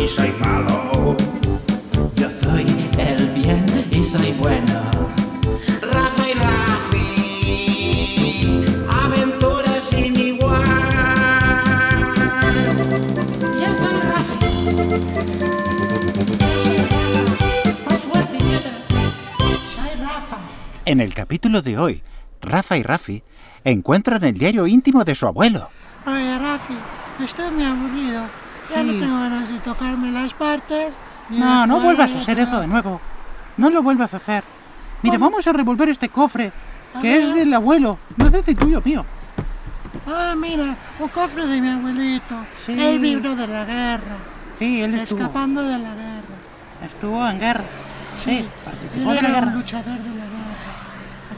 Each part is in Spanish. y soy malo. Yo soy el bien y soy bueno. Rafa y Rafi, aventuras sin igual. Yo soy Rafi. Más fuerte, nieta. Soy Rafa. En el capítulo de hoy, Rafa y Rafi encuentran el diario íntimo de su abuelo. Oye, Rafi, estoy muy aburrido. Ya no tengo ganas de tocarme las partes. ni de jugar a la pelota. nuevo. No lo vuelvas a hacer. Mira, vamos a revolver este cofre, que es del abuelo, no es de tuyo mío. Ah, mira, un cofre de mi abuelito. Sí. Él vibró de la guerra, Sí, él escapando de la guerra. estuvo en guerra. él era un luchador de la guerra.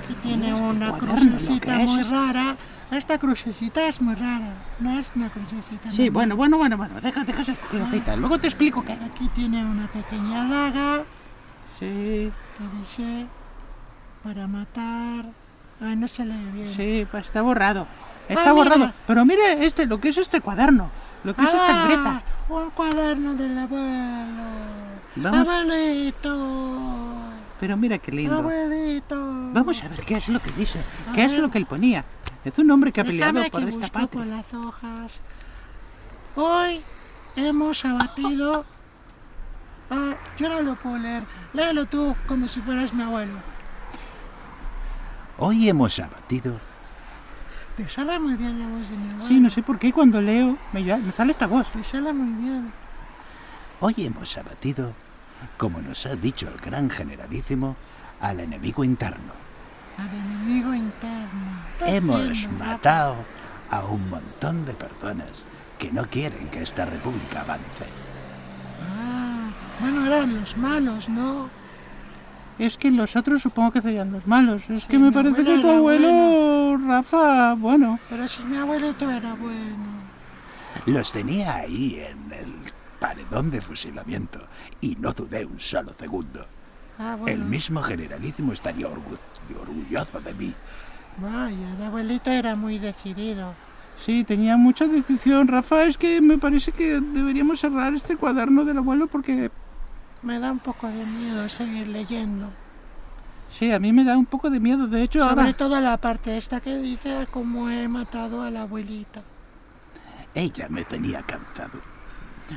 Aquí tiene este una cuaderno, lo crucecita que es muy esto. rara. Esta crucecita es muy rara. No es una crucecita. Sí, normal. bueno, bueno, bueno, bueno, deja, deja esas cositas, luego te explico qué. Aquí tiene una pequeña daga Sí, que dice para matar. Ah, no se lee bien. sí, pues está borrado. Está Ah, mira. borrado. Pero mire este, lo que es este cuaderno, lo que es esta Ah, greta. Un cuaderno del abuelo. Vamos. Abuelito. Pero mira qué lindo. Abuelito. Vamos a ver qué es lo que dice, Ah, A qué es ver. lo que él ponía. Es un hombre que ha peleado Déjame por que esta busco patria. por las hojas. Hoy hemos abatido. Ah, yo no lo puedo leer. Léelo tú como si fueras mi abuelo. Hoy hemos abatido. Te sale muy bien la voz de mi abuelo. Sí, no sé por qué cuando leo me, ya- me sale esta voz. Te sale muy bien. Hoy hemos abatido, como nos ha dicho el gran generalísimo, al enemigo interno. Al enemigo interno. Hemos Entiendo, Rafa. matado a un montón de personas que no quieren que esta república avance. Ah, bueno, eran los malos, ¿no? Es que los otros supongo que serían los malos. Es Sí, que me mi parece abuelo que tu era abuelo, Rafa, bueno. Pero si mi abuelito era bueno. Los tenía ahí en el paredón de fusilamiento y no dudé un solo segundo. Ah, bueno. El mismo generalísimo estaría orgu- orgulloso de mí. Vaya, el abuelito era muy decidido. Sí, tenía mucha decisión, Rafa. Es que me parece que deberíamos cerrar este cuaderno del abuelo porque... Me da un poco de miedo seguir leyendo. Sí, a mí me da un poco de miedo. De hecho, Sobre ahora... todo la parte esta que dice cómo he matado a la abuelita. Ella me tenía cansado.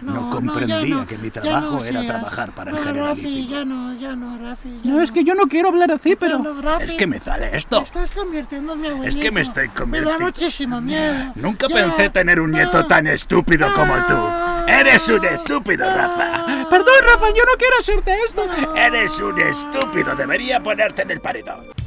No, No no, comprendía ya no, que mi ya trabajo no era seas- trabajar para el no, Rafi, generalísimo. ya no, ya no, Rafi. ya No, es que yo no quiero hablar así, Ya pero... no, Rafi, Es que me sale te esto. estás convirtiendo en mi Es abuelito. que me estoy convirtiendo. Me da muchísimo miedo. Nunca Ya, pensé tener un nieto no, tan estúpido como tú. Eres un estúpido, Rafa. Perdón, Rafa, yo no quiero hacerte esto. Eres un estúpido. Debería ponerte en el paredón.